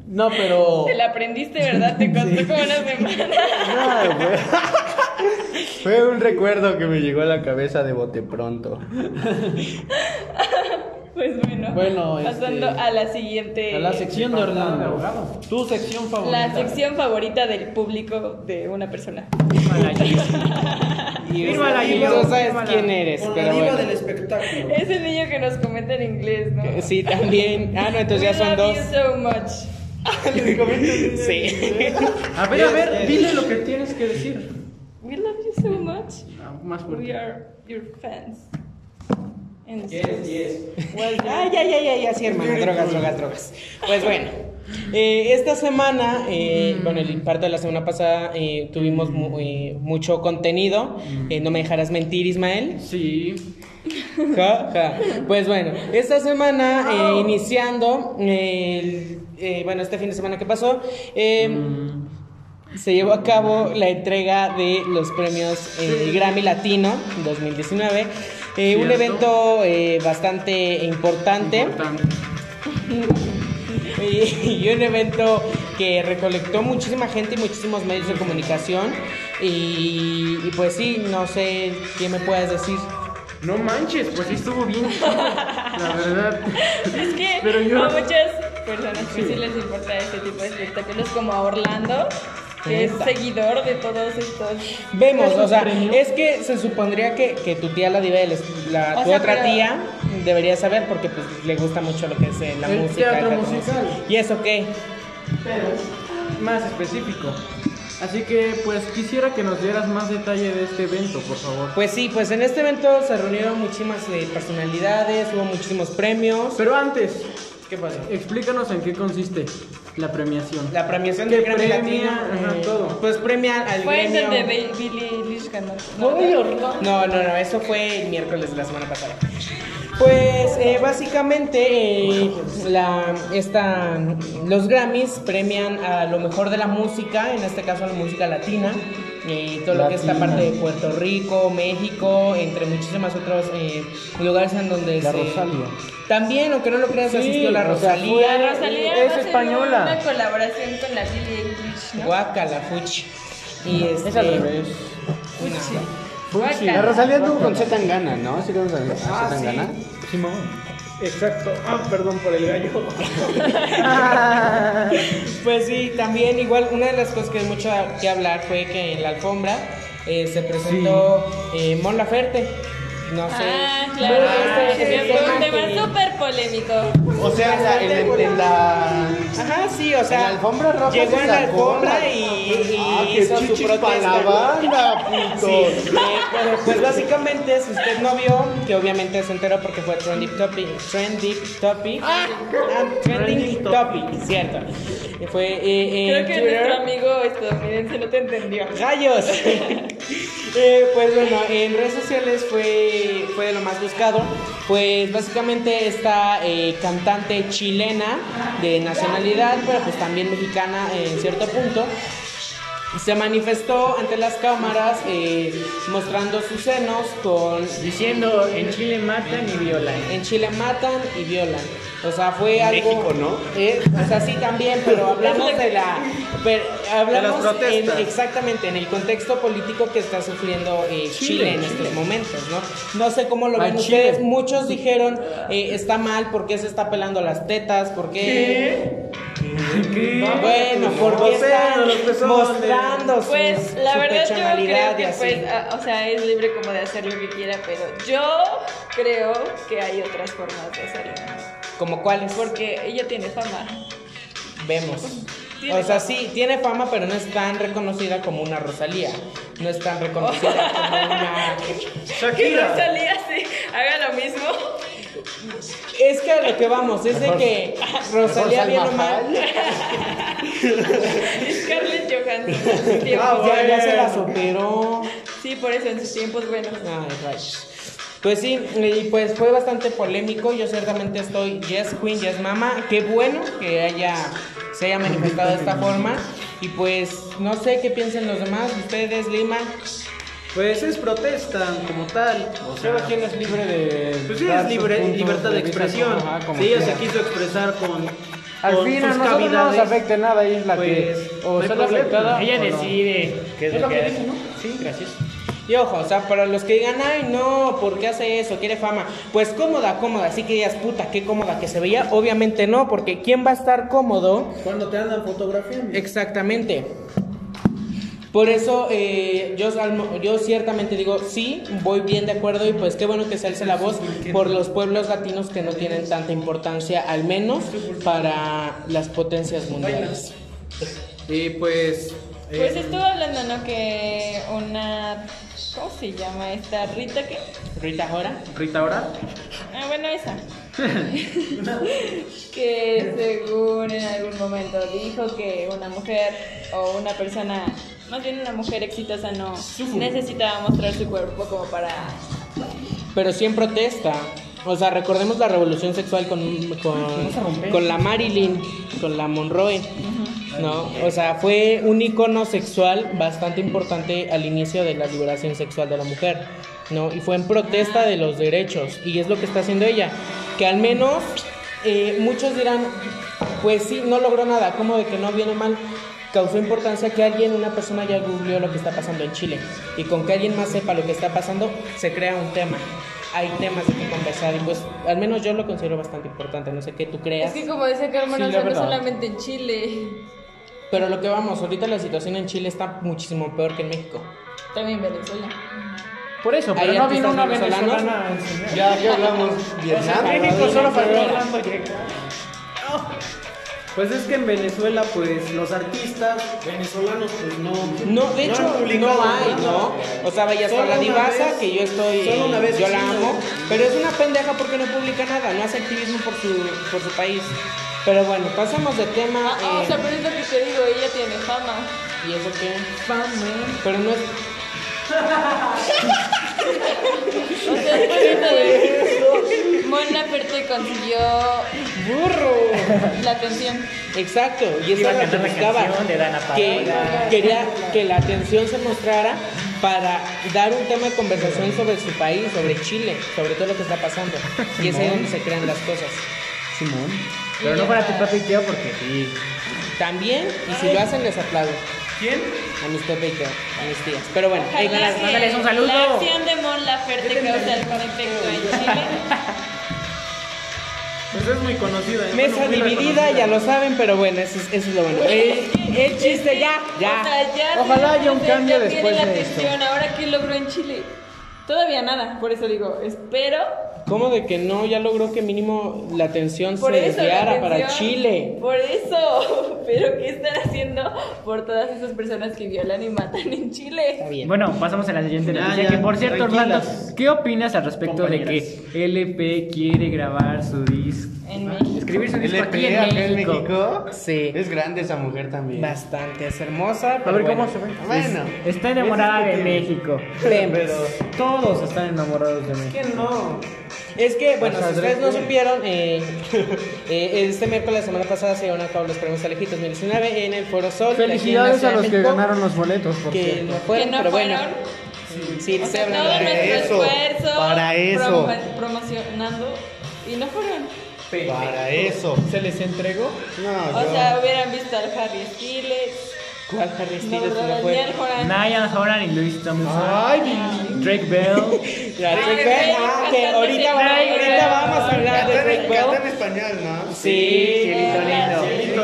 No, pero.
Te la aprendiste, ¿verdad? Te costó como una semana.
Ah, güey. Fue un recuerdo que me llegó a la cabeza de bote pronto.
Pues bueno,
Bueno,
pasando
este,
a la siguiente.
A la sección de Orlando. Tu sección favorita.
La sección favorita del público de una persona.
Fírmala, Gio.
Y
Fírmala, Gio.
tú sabes
Fírmala.
quién eres, pero bueno.
espectáculo.
Es el niño que nos comenta en inglés, ¿no?
Sí, también. Ah, no, entonces ya
We love
son dos.
you so much.
Sí.
A ver, a ver, dile lo que tienes que decir.
We love you so much.
Ah, más
We
fuerte.
are your fans. And
Ay, ay, ay, ay, así, hermana. Drogas, drogas, drogas. Pues bueno. eh, esta semana, eh, bueno, el parte de la semana pasada eh, tuvimos mu- eh, mucho contenido. Eh, no me dejarás mentir, Ismael.
Sí.
Ja, ja. Pues bueno, esta semana, eh, iniciando, eh, el- eh, bueno, este fin de semana que pasó, eh, se llevó a cabo la entrega de los premios eh, Grammy Latino 2019. Eh, un
Cierto.
evento eh, bastante importante
Importante.
y, y un evento que recolectó muchísima gente y muchísimos medios de comunicación. Y, y pues sí, no sé qué me puedas decir.
No manches, pues sí estuvo bien. chido, La verdad.
Es que
Pero yo-
a muchas personas pues sí les importa este tipo de espectáculos como a Orlando, que es seguidor de todos estos.
Vemos, o sea, es que se supondría que, que tu tía la diva, del es- la,
O
tu
sea,
otra
pero-
tía debería saber porque pues le gusta mucho lo que es eh, la
El
música.
teatro
musical.
musical.
¿Y eso qué?
Pero más específico. Así que, pues quisiera que nos dieras más detalle de este evento, por favor.
Pues sí, pues en este evento se reunieron muchísimas eh, personalidades, hubo muchísimos premios.
Pero antes,
¿Qué pasó?
explícanos en qué consiste la premiación.
La premiación
Que
del Grammy
premia,
Latino,
ajá,
eh,
todo.
Pues premia al
Fue
gremio-
donde Bi- Billie Eilish ganó.
No, no, no, eso fue el miércoles de la semana pasada. Pues eh, básicamente eh, la, esta, los Grammys premian a lo mejor de la música, en este caso la música latina, eh, todo lo que es esta parte de Puerto Rico, México, entre muchísimos otros eh, lugares en donde
La
se-
Rosalía.
También, aunque no lo creas, asistió la
o sea,
Rosalía.
La Rosalía
Es
va a hacer
española.
una colaboración con la Billie Eilish, ¿no?
Guacala, fuchi. Y este,
Eh,
Fuchi.
Fuchi.
La
Guácala.
Rosalía estuvo con Z Tangana, ¿no? ¿Sí vamos a ver
Ah,
a Z Tangana?
Exacto. Ah, perdón por el gallo.
Pues sí, también igual una de las cosas que hay mucho que hablar fue que en la alfombra eh, se presentó eh, Mon Laferte. No sé.
Ah, claro,
Ah,
este
ese
fue un
tema
tema
que-
súper polémico.
O sea, en la, en la- en la-
Ajá, sí, o sea.
en la alfombra roja
Llegó
se
en la
sacó
alfombra
la-
y, y
Ah, qué
hizo su
chichis
protesta.
pa' la banda,
Sí,
puto.
eh, pues, pues básicamente, si usted no vio, que obviamente se enteró porque fue trending topic, trending topic, ah, trending topic, cierto. Fue eh, eh,
Creo que
Twitter.
nuestro amigo estadounidense no te entendió.
¡Rayos! Eh, pues bueno, en redes sociales fue, fue de lo más buscado. Pues básicamente esta eh, cantante chilena de nacionalidad, pero pues también mexicana en cierto punto. se manifestó ante las cámaras eh, mostrando sus senos con
Diciendo, en Chile matan y violan.
en Chile matan y violan. O sea, fue algo.
México, ¿no?
Eh, o sea, sí también, pero hablamos de la. pero hablamos
De las protestas.
en- exactamente en el contexto político que está sufriendo eh, Chile, en estos momentos, ¿no? No sé cómo lo ven ustedes. Muchos dijeron, eh, está mal, ¿por qué se está pelando las tetas? ¿Por qué? Bueno, ¿por qué
Mostrando los
están
pezones.
mostrando su,
Pues la
su
verdad yo creo
pechonalidad y
que
así?
pues, ah, o sea, es libre como de hacer lo que quiera, pero yo creo que hay otras formas de hacerlo.
¿Como cuáles?
Porque ella tiene fama.
Vemos.
Tiene
O
fama.
sea, sí, tiene fama, pero no es tan reconocida como una Rosalía. No es tan reconocida como una...
Que
Shakira.
Rosalía sí, haga lo mismo.
Es que a lo que vamos, es de que Rosalía bien o mal...
Scarlett Johansson. en sus tiempos.
ya- Ah, ya, se la superó.
Sí, por eso en sus tiempos buenos.
Ay, rayos. Pues sí, y pues fue bastante polémico. Yo ciertamente estoy Yes Queen, Yes Mama. Qué bueno que haya se haya manifestado de esta forma. Y pues no sé qué piensen los demás, ustedes, Lima.
Pues es protesta como tal. O sea,
Cada quien es libre de.
pues sí,
dar
es
sus
libre,
puntos
libertad de
vista,
expresión.
ajá, como
Si ella se
quiera.
quiso expresar con,
Al
con
fin, a
sus
nosotros no nos
cavidades,
afecta
nada, ella es la
pues,
que.
no
O
hay
sale
problema.
afectada.
Ella
o no.
decide qué es lo que hace.
Sí, gracias.
Y ojo, o sea, para los que digan, ay, no, ¿por qué hace eso? Quiere fama. Pues cómoda, cómoda. Así que digas, puta, qué cómoda que se veía. Obviamente no, porque ¿quién va a estar cómodo?
Cuando te andan fotografiando.
Exactamente. Por eso eh, yo, al mo- yo ciertamente digo, sí, voy bien de acuerdo y pues qué bueno que se alce la voz por los pueblos latinos que no tienen tanta importancia, al menos para las potencias mundiales.
Y pues. eh,
Pues estuvo hablando, ¿no? Que una. ¿Cómo se llama esta? Rita que.
Rita Jora.
Rita ahora.
Ah, bueno, esa. que según en algún momento dijo que una mujer o una persona, más bien una mujer exitosa, no necesitaba mostrar su cuerpo como para.
pero sí en protesta. O sea, recordemos la revolución sexual con, con, con la Marilyn, con la Monroe, ¿no? O sea, fue un icono sexual bastante importante al inicio de la liberación sexual de la mujer, ¿no? Y fue en protesta de los derechos, y es lo que está haciendo ella. Que al menos eh, muchos dirán, pues sí, no logró nada, como de que no viene mal? Causó importancia que alguien, una persona ya googleó lo que está pasando en Chile. Y con que alguien más sepa lo que está pasando, se crea un tema. Hay temas de que conversar y pues al menos yo lo considero bastante importante. No sé qué tú
Es
creas.
que como decía Carmen,
Sí,
o
la
sea, no
verdad.
solamente en Chile,
Pero lo que vamos, ahorita la situación en Chile está muchísimo peor que en México.
también en Venezuela.
Por eso, pero
Hay
no vino
artistas
una
venezolanos.
venezolana. a enseñar.
Ya, que hablamos
México solo faltó Orlando
Pues es que en Venezuela, pues los artistas.
venezolanos, pues no.
No, de
No
hecho,
han publicado
no hay,
nada.
¿no? O sea, vaya hasta
Solo
la
una
divasa,
vez-
que yo estoy.
solo una vez
yo la
hicimos.
amo. Pero es una pendeja porque no publica nada, no hace activismo por su, por su país. Pero bueno, pasamos de tema.
Ah, ah, o
eh,
sea, pero es lo que te digo, ella tiene fama.
¿Y eso qué? Pero no es.
O sea, después de Mon Laferte consiguió
¡Burro!
la atención.
Exacto, y eso
Iba a
era lo que
cantar la
buscaba.
canción de Dana Paola.
Que quería que la atención se mostrara para dar un tema de conversación sobre su país, sobre Chile, sobre todo lo que está pasando. Y es ahí donde se crean las cosas.
Simón. Pero no para tu papi y tío porque sí.
También, y si lo hacen, les aplaudo. ¿Quién? A mis papás y yo, a mis tías. Pero bueno, ahí
Ojalá
las-
que
mándales un saludo.
La acción de Mon Laferte causa algún efecto en Chile.
Pues es muy conocida. ¿eh?
Mesa
Bueno, muy
dividida,
reconocida.
ya lo saben, pero bueno, eso es, eso es lo bueno. Eh, El chiste, ya,
O
ya.
sea, ya
Ojalá haya un
o sea,
cambio
ya tiene
después
la
de esto.
atención. Ahora qué logró en Chile. Todavía nada, por eso digo, espero.
¿Cómo de que no? Ya logró que mínimo la atención
Por
se
eso la
desviara para
atención,
Chile.
Por eso. Pero ¿qué están haciendo por todas esas personas que violan y matan en
Está
Chile?
bien.
Bueno, pasamos a la siguiente
Ya,
noticia.
ya,
que por cierto, Orlando,
tranquilas.
¿qué opinas al respecto de
Compañeras.
que LP quiere grabar su disco?
Ah.
En México.
escribir su disco
¿Le
aquí en
pelea acá en
México.
México?
Sí.
Es grande esa mujer también.
Bastante, es hermosa.
A ver
pero
cómo
bueno.
se ve.
Bueno.
Está enamorada
Eso es
de
lo que-
México.
Pero-
Todos están enamorados de México.
¿Quién no?
Es que, bueno,
O sea,
si ustedes no
Drake-
supieron, eh, eh, este miércoles, la semana pasada, se llevaron a cabo los premios Alejitos 2019 en el Foro Sol. de aquí en la
Felicidades a
Ciudad de
los que
México,
ganaron los boletos, por
Que
cierto.
no fueron,
Que no
pero bueno.
fueron.
Sí, te
O
estoy
sea,
hablando
todo
de-
Para eso,
nuestro esfuerzo
para eso.
promo- promocionando y no fueron.
Para eso.
¿Se les entregó?
No,
O
yo-
sea, hubieran visto al Harry Styles,
¿Cuál Harry
no,
Styles no
¿verdad? ni
fue?
al Joran.
Niall Horan y Luis Tomlinson. Drake Bell.
Ya,
Ay, Drake
Drake Bell,
Bell,
ah, que
cantante
ahorita,
de
vamos-
Drake
ahorita
Bell.
vamos a hablar de
Canta
Drake
en-
Bell.
canta en español, ¿no?
Sí,
Cielito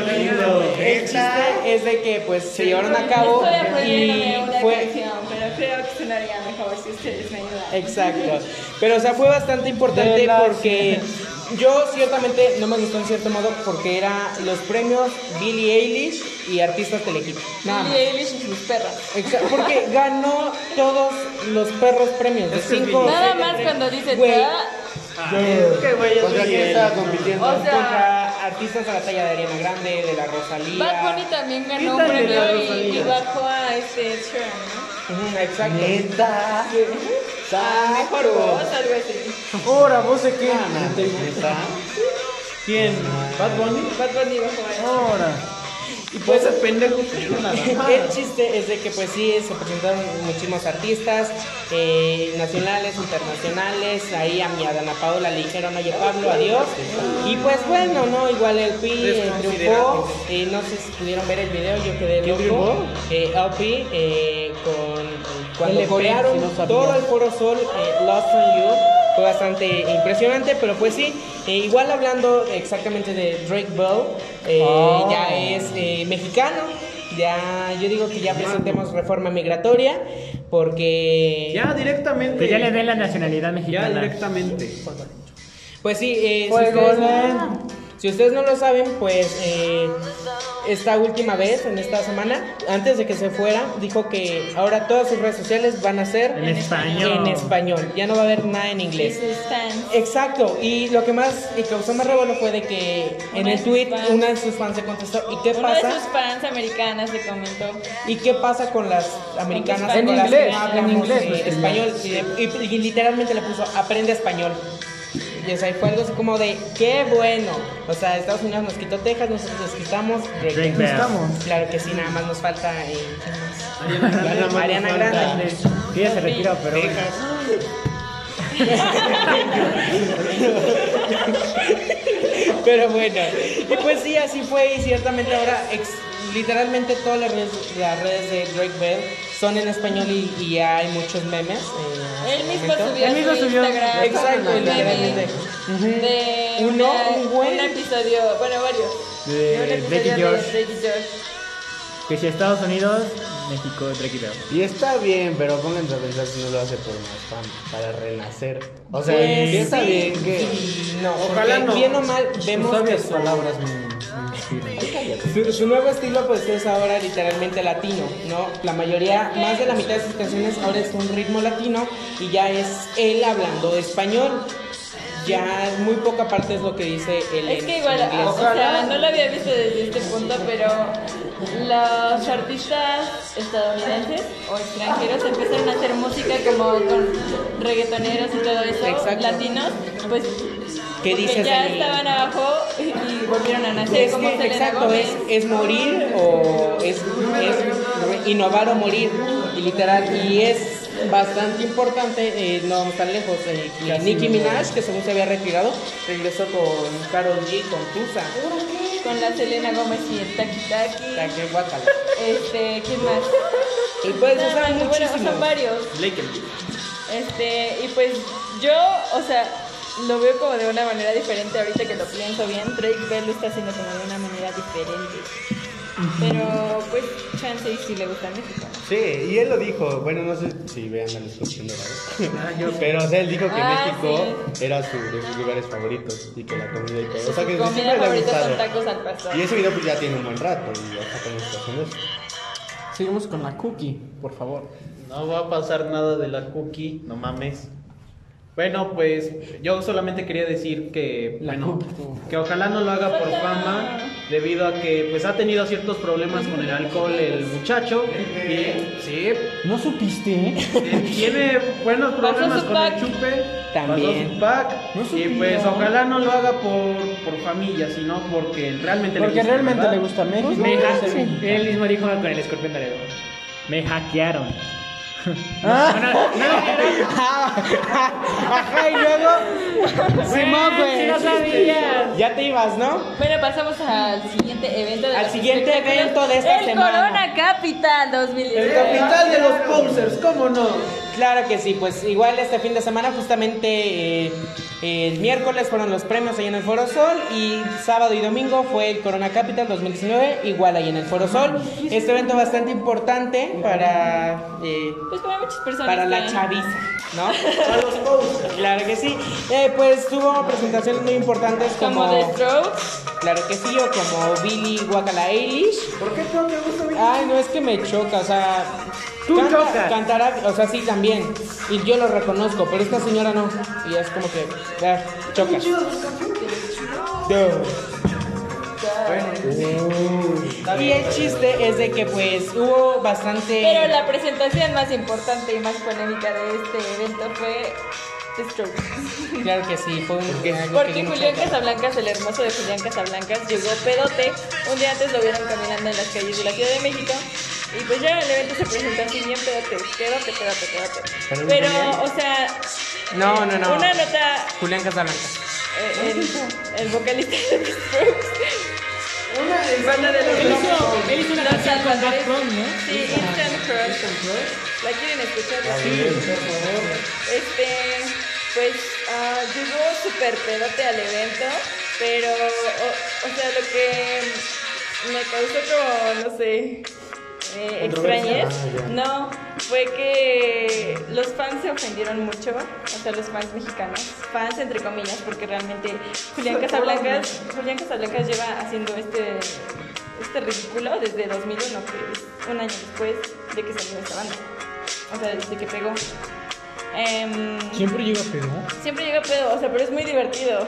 lindo.
El chiste es de que pues se llevaron a cabo
Estoy aprendiendo
y
de una
fue
canción, pero creo que sonaría mejor si ustedes me ayudan.
Eh, Exacto. Pero o sea, fue bastante importante
De la-
porque yo ciertamente no me gustó en cierto modo porque era los premios Billie Eilish y artistas telequitos. Nada más.
Billie Eilish y sus perras.
Exa- Porque ganó todos los perros premios. De cinco, eh,
Nada más cuando dice
Güey.
"Ah",
¿Contra quién estaba compitiendo?
O sea,
contra artistas de la talla de Ariana Grande, de la Rosalía.
Bad Bunny también ganó un
Quítale la
premio y,
Rosalía.
y bajó a este Sharon, ¿no?
Ujú, Exacto.
Neta.
A mejor voz, algo así.
Ahora, vos de qué.
Neta.
¿Quién? ¿Bad Bunny?
Bad Bunny bajó a
Ah.
eso.
Ahora.
Y pues
pendejo.
El chiste es de que pues sí, se presentaron muchísimos artistas eh, nacionales, internacionales, ahí a mi Adana Paola le dijeron, oye Pablo, adiós. Y pues bueno, no, igual el PI eh, triunfó, eh, no sé si pudieron ver el video, yo quedé
¿Quién
loco. Eh, LP, eh, con, cuando
LP,
corearon
si no sabía.
todo el Foro Sol, eh, Lost on You, fue bastante impresionante, pero pues sí, eh, igual hablando exactamente de Drake Bell, eh,
Ah.
Oh.
ya es eh, mexicano. Ya, yo digo que ya presentemos reforma migratoria porque...
Ya directamente.
Que Pues ya le den la nacionalidad
Ya
mexicana.
directamente.
Pues sí, eh, si,
Fuego
ustedes no,
lento.
si ustedes no lo saben, pues eh, esta última vez, en esta semana, antes de que se fuera, dijo que ahora todas sus redes sociales van a ser
En español.
en español. Ya no va a haber nada en
Y
inglés.
este, sus fans.
Exacto, y lo que más y causó más revuelo fue de que en
Una de
el
sus
tweet
fans.
una de sus fans se contestó, ¿y qué
Una de sus
pasa?
fans americanas le comentó.
¿Y qué pasa con las americanas
En
con las
inglés,
que no hablamos
en inglés,
eh,
pues, que
español? Y, de- y- y literalmente le puso, aprende español. Y o sea, y fue algo así como de, qué bueno. O sea, Estados Unidos nos quitó Texas, nosotros nos quitamos. Drake
Drake
Bell.
Bell.
Claro que sí, nada más nos falta eh, ¿quién más? Ariana Grande.
Que ya se retiró, pero bueno.
Pero bueno, y pues sí, así fue y ciertamente ahora ex- literalmente todas las redes, las redes de Drake Bell son en español y, y hay muchos memes. eh, hasta
Él
el
mismo
momento.
subió a
Él mismo
su
subió.
Instagram.
Exacto,
un meme
literalmente.
De
Ujú. Uno,
una-
un buen.
episodio, bueno, varios.
De
un
Drake y
episodio
Josh.
de Drake y Josh.
Que si Estados Unidos, México, Drake y Bell.
Y está bien, pero pónganse a pensar si no lo hace por más fama, para renacer. O sea,
Pues
y está
sí,
bien que.
y no,
Ojalá
porque
no. Pues
Bien o mal, vemos que
sabias
su-
palabras me, me inspiran.
su, su nuevo estilo pues es ahora literalmente latino, ¿no? La mayoría, más de la mitad de sus canciones ahora es un ritmo latino y ya es él hablando español. Ya muy poca parte es lo que dice él.
Es que
en
igual,
inglés.
o sea, no lo había visto desde este punto, pero los artistas estadounidenses o extranjeros empezaron a hacer música como con reggaetoneros y todo eso,
Exacto.
latinos, pues porque
dices
ya
de-
estaban abajo y, y volvieron a nacer
Es
como
que,
Selena
exacto,
Gómez.
es, es morir o es, es innovar o morir, y literal. Y es bastante importante, eh, no vamos tan lejos. eh, que Nicki Minaj, que según se había retirado, regresó con Karol G, con Tusa.
Con la Selena Gómez y el Taki
O
Taki.
sea, que guácala.
Este, ¿quién más?
Y pues, o
Nada
sea,
más, bueno,
muchísimo.
son varios. Este, y pues yo, o sea, lo veo como de una manera diferente ahorita que lo pienso bien. Drake Bell lo está haciendo como de una manera diferente. Pero pues chance y si le gusta México.
Sí, y él lo dijo. Bueno, no sé si vean la discusión de la vez. Pero, o sea, él dijo que
Ah,
México era su, de sus lugares favoritos y que la comida y todo. O sea, que desde
Su comida
siempre le ha
favorita son
gustado.
tacos al pastor.
Y ese video pues ya tiene un buen rato y ya está con situaciones.
Seguimos con la cookie, por favor.
No va a pasar nada de la cookie, no mames. Bueno, pues yo solamente quería decir que, bueno, que ojalá no lo haga por fama, debido a que pues ha tenido ciertos problemas con el alcohol el muchacho. Y, sí,
¿No supiste?
eh, tiene buenos
Pasó
problemas
su
con el
pack.
chupe.
También.
pasó su pack,
No
y
supía.
pues ojalá no lo haga por, por familia, sino porque realmente le
Porque
gusta.
realmente
¿verdad?
le gusta
Pues,
México.
Me ha-
es el-
Él mismo dijo con el escorpión dorado. Me hackearon.
Ah. Ajá, y luego. Simón,
Sí, no
güey.
sabías.
Ya te ibas, ¿no?
Bueno, pasamos al siguiente evento de
Al
los
siguiente
espectáculos.
evento de esta
el
semana.
Corona Capital 2019.
El capital de los posers, ¿cómo no?
Claro que sí, pues igual este fin de semana, justamente eh, el miércoles fueron los premios ahí en el Foro Sol y sábado y domingo fue el Corona Capital 2019, igual ahí en el Foro Sol. Este evento bastante importante para. eh,
Pues para muchas personas.
para la
¿no?
chaviza, ¿no? Claro que sí. Eh, pues tuvo presentaciones muy importantes como,
Como The Strokes.
claro que sí, o como Billy Guacala Eilish.
¿Por qué no te gusta México?
Ay, no es que me choca, o sea,
Tú chocas.
cantará, o sea, sí también. Y yo lo reconozco, pero esta señora no. Y es como que ya choca. No. Y el chiste es de que pues hubo bastante
Pero la presentación más importante y más polémica de este evento fue The Strokes.
Claro que sí, fue un algo que
Porque
yo no
Julián
esperaba.
Casablancas, el hermoso de Julián Casablancas, llegó pedote. Un día antes lo vieron caminando en las calles de la Ciudad de México. Y pues ya el evento se presentó así bien pedote, pedote, pedote, pedote. Pero, o sea. eh,
No, no, no.
Una nota
Julián Casablanca.
eh, el, el vocalista de The Strokes. Una de
Él
los
hizo, él hizo una
Los
canción con Zac
Salvadores.
Efron, ¿no?
Sí, Instant Crush. ¿La quieren escuchar? Sí, Este, pues ah, llegó súper pedote al evento, pero, o, o sea, lo que me causó como, no sé, eh, extrañez,
Ah,
no, fue que los fans se ofendieron mucho, o sea, los fans mexicanos, fans entre comillas, porque realmente Julián Casablancas, Julián Casablancas lleva haciendo este, este ridículo desde 2001, que es un año después de que salió esta banda, o sea, desde que pegó. Em,
Siempre llega pedo.
siempre llega pedo, o sea, pero es muy divertido.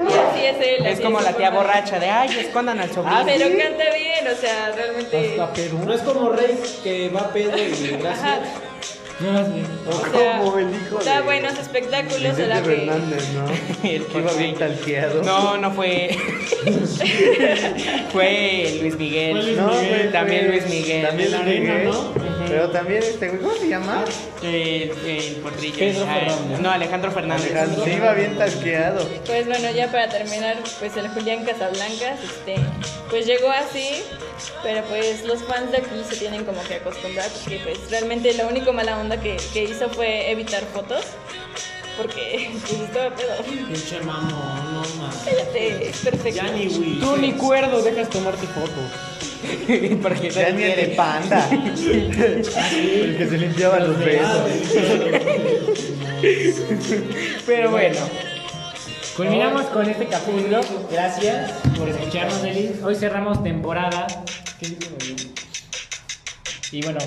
Y así es él.
Es
así
como
su
la tía
forma de-
borracha de ay, escondan al sobrino.
Ah, pero canta bien, o sea, realmente.
No es como Rey que va pedo y
Ajá.
gracias.
O sea,
Como el hijo
da
de-
buenos espectáculos, se la
Vicente
ve.
Fernández, ¿no?
El
Que iba bien talqueado.
No, no fue. fue Luis Miguel.
No, güey,
También
fue-
Luis Miguel.
También Luis
arena,
Miguel.
¿no?
Pero también este güey, ¿cómo se llama?
Eh, eh, el potrillo.
Pedro
Ah,
Fernández.
No, Alejandro Fernández.
Alejandro, se iba bien talqueado.
Pues bueno, ya para terminar, pues el Julián Casablancas, este, pues llegó así, pero pues los fans de aquí se tienen como que acostumbrar, porque pues realmente lo único mala onda que, que hizo fue evitar fotos, porque pues estaba pedo.
Pinche mamón, no mames.
Cállate, es perfecto.
Tú ni cuerdo, dejas tomarte fotos. Porque
Ya ni el de panda. el que se limpiaba los besos.
Pero bueno.
Culminamos con este capítulo. Gracias por escucharnos, Eli. Hoy cerramos temporada. Y bueno,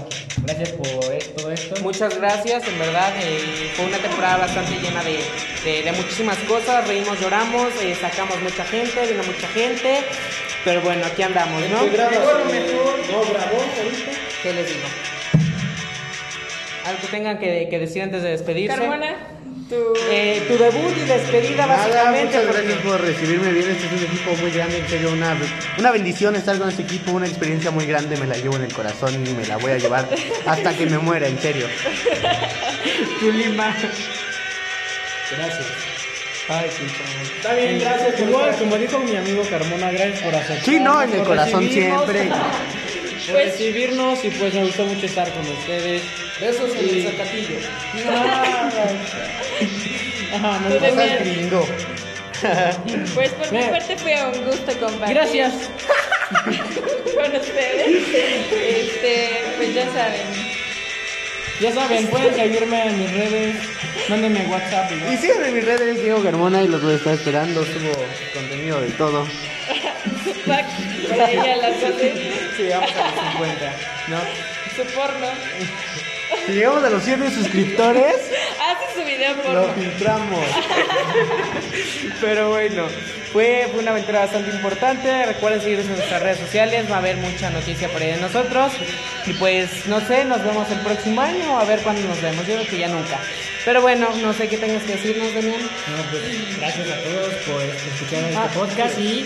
gracias por es- todo esto.
Muchas gracias, en verdad eh, fue una temporada bastante llena de, de- de muchísimas cosas, reímos, lloramos, eh, sacamos mucha gente, vino mucha gente, pero bueno, aquí andamos, ¿no? ¿Qué les digo? Algo que tengan que, que decir antes de despedirse.
Carmona, tu...
Eh, tu debut y despedida
Nada,
básicamente.
muchas
porque-
gracias por recibirme bien. Este es un equipo muy grande, en serio, una, una bendición estar con este equipo, una experiencia muy grande, me la llevo en el corazón y me la voy a llevar hasta que me muera, en serio.
Gracias.
Ay, sí, chamo.
Está bien, gracias.
Igual, como dijo mi amigo Carmona, gracias por aceptar.
Sí, no, en el corazón siempre.
Pues-
recibirnos y pues me gustó mucho estar con ustedes.
Besos en el zapatillo.
Ajá, no,
tu
No seas
deber.
gringo.
Pues por mi
Mira.
parte fue un gusto compartir.
Gracias.
Con ustedes. Este, pues ya saben.
Ya saben, pueden seguirme en mis redes. Mándenme WhatsApp.
Y
igual.
síganme en mis redes, Diego Carmona, y los voy a estar esperando. Subo contenido de todo.
Pac, por ahí a las 12,
Sí, vamos a los 50. ¿no?
su porno.
Si llegamos a los 100 suscriptores,
Ah, su video
Lo
porno.
filtramos.
Pero bueno, fue, fue una aventura bastante importante. Recuerden seguirnos en nuestras redes sociales, va a haber mucha noticia por ahí de nosotros. Y pues, no sé, nos vemos el próximo año, a ver cuándo nos vemos. Yo creo que ya nunca. Pero bueno, no sé qué tengas que decirnos, Damián.
No, pues, gracias a todos por escuchar este
Ah.
podcast y.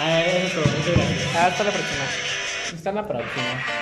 A ver, eso es todo. Muchas gracias.
Hasta la próxima.
Hasta la próxima.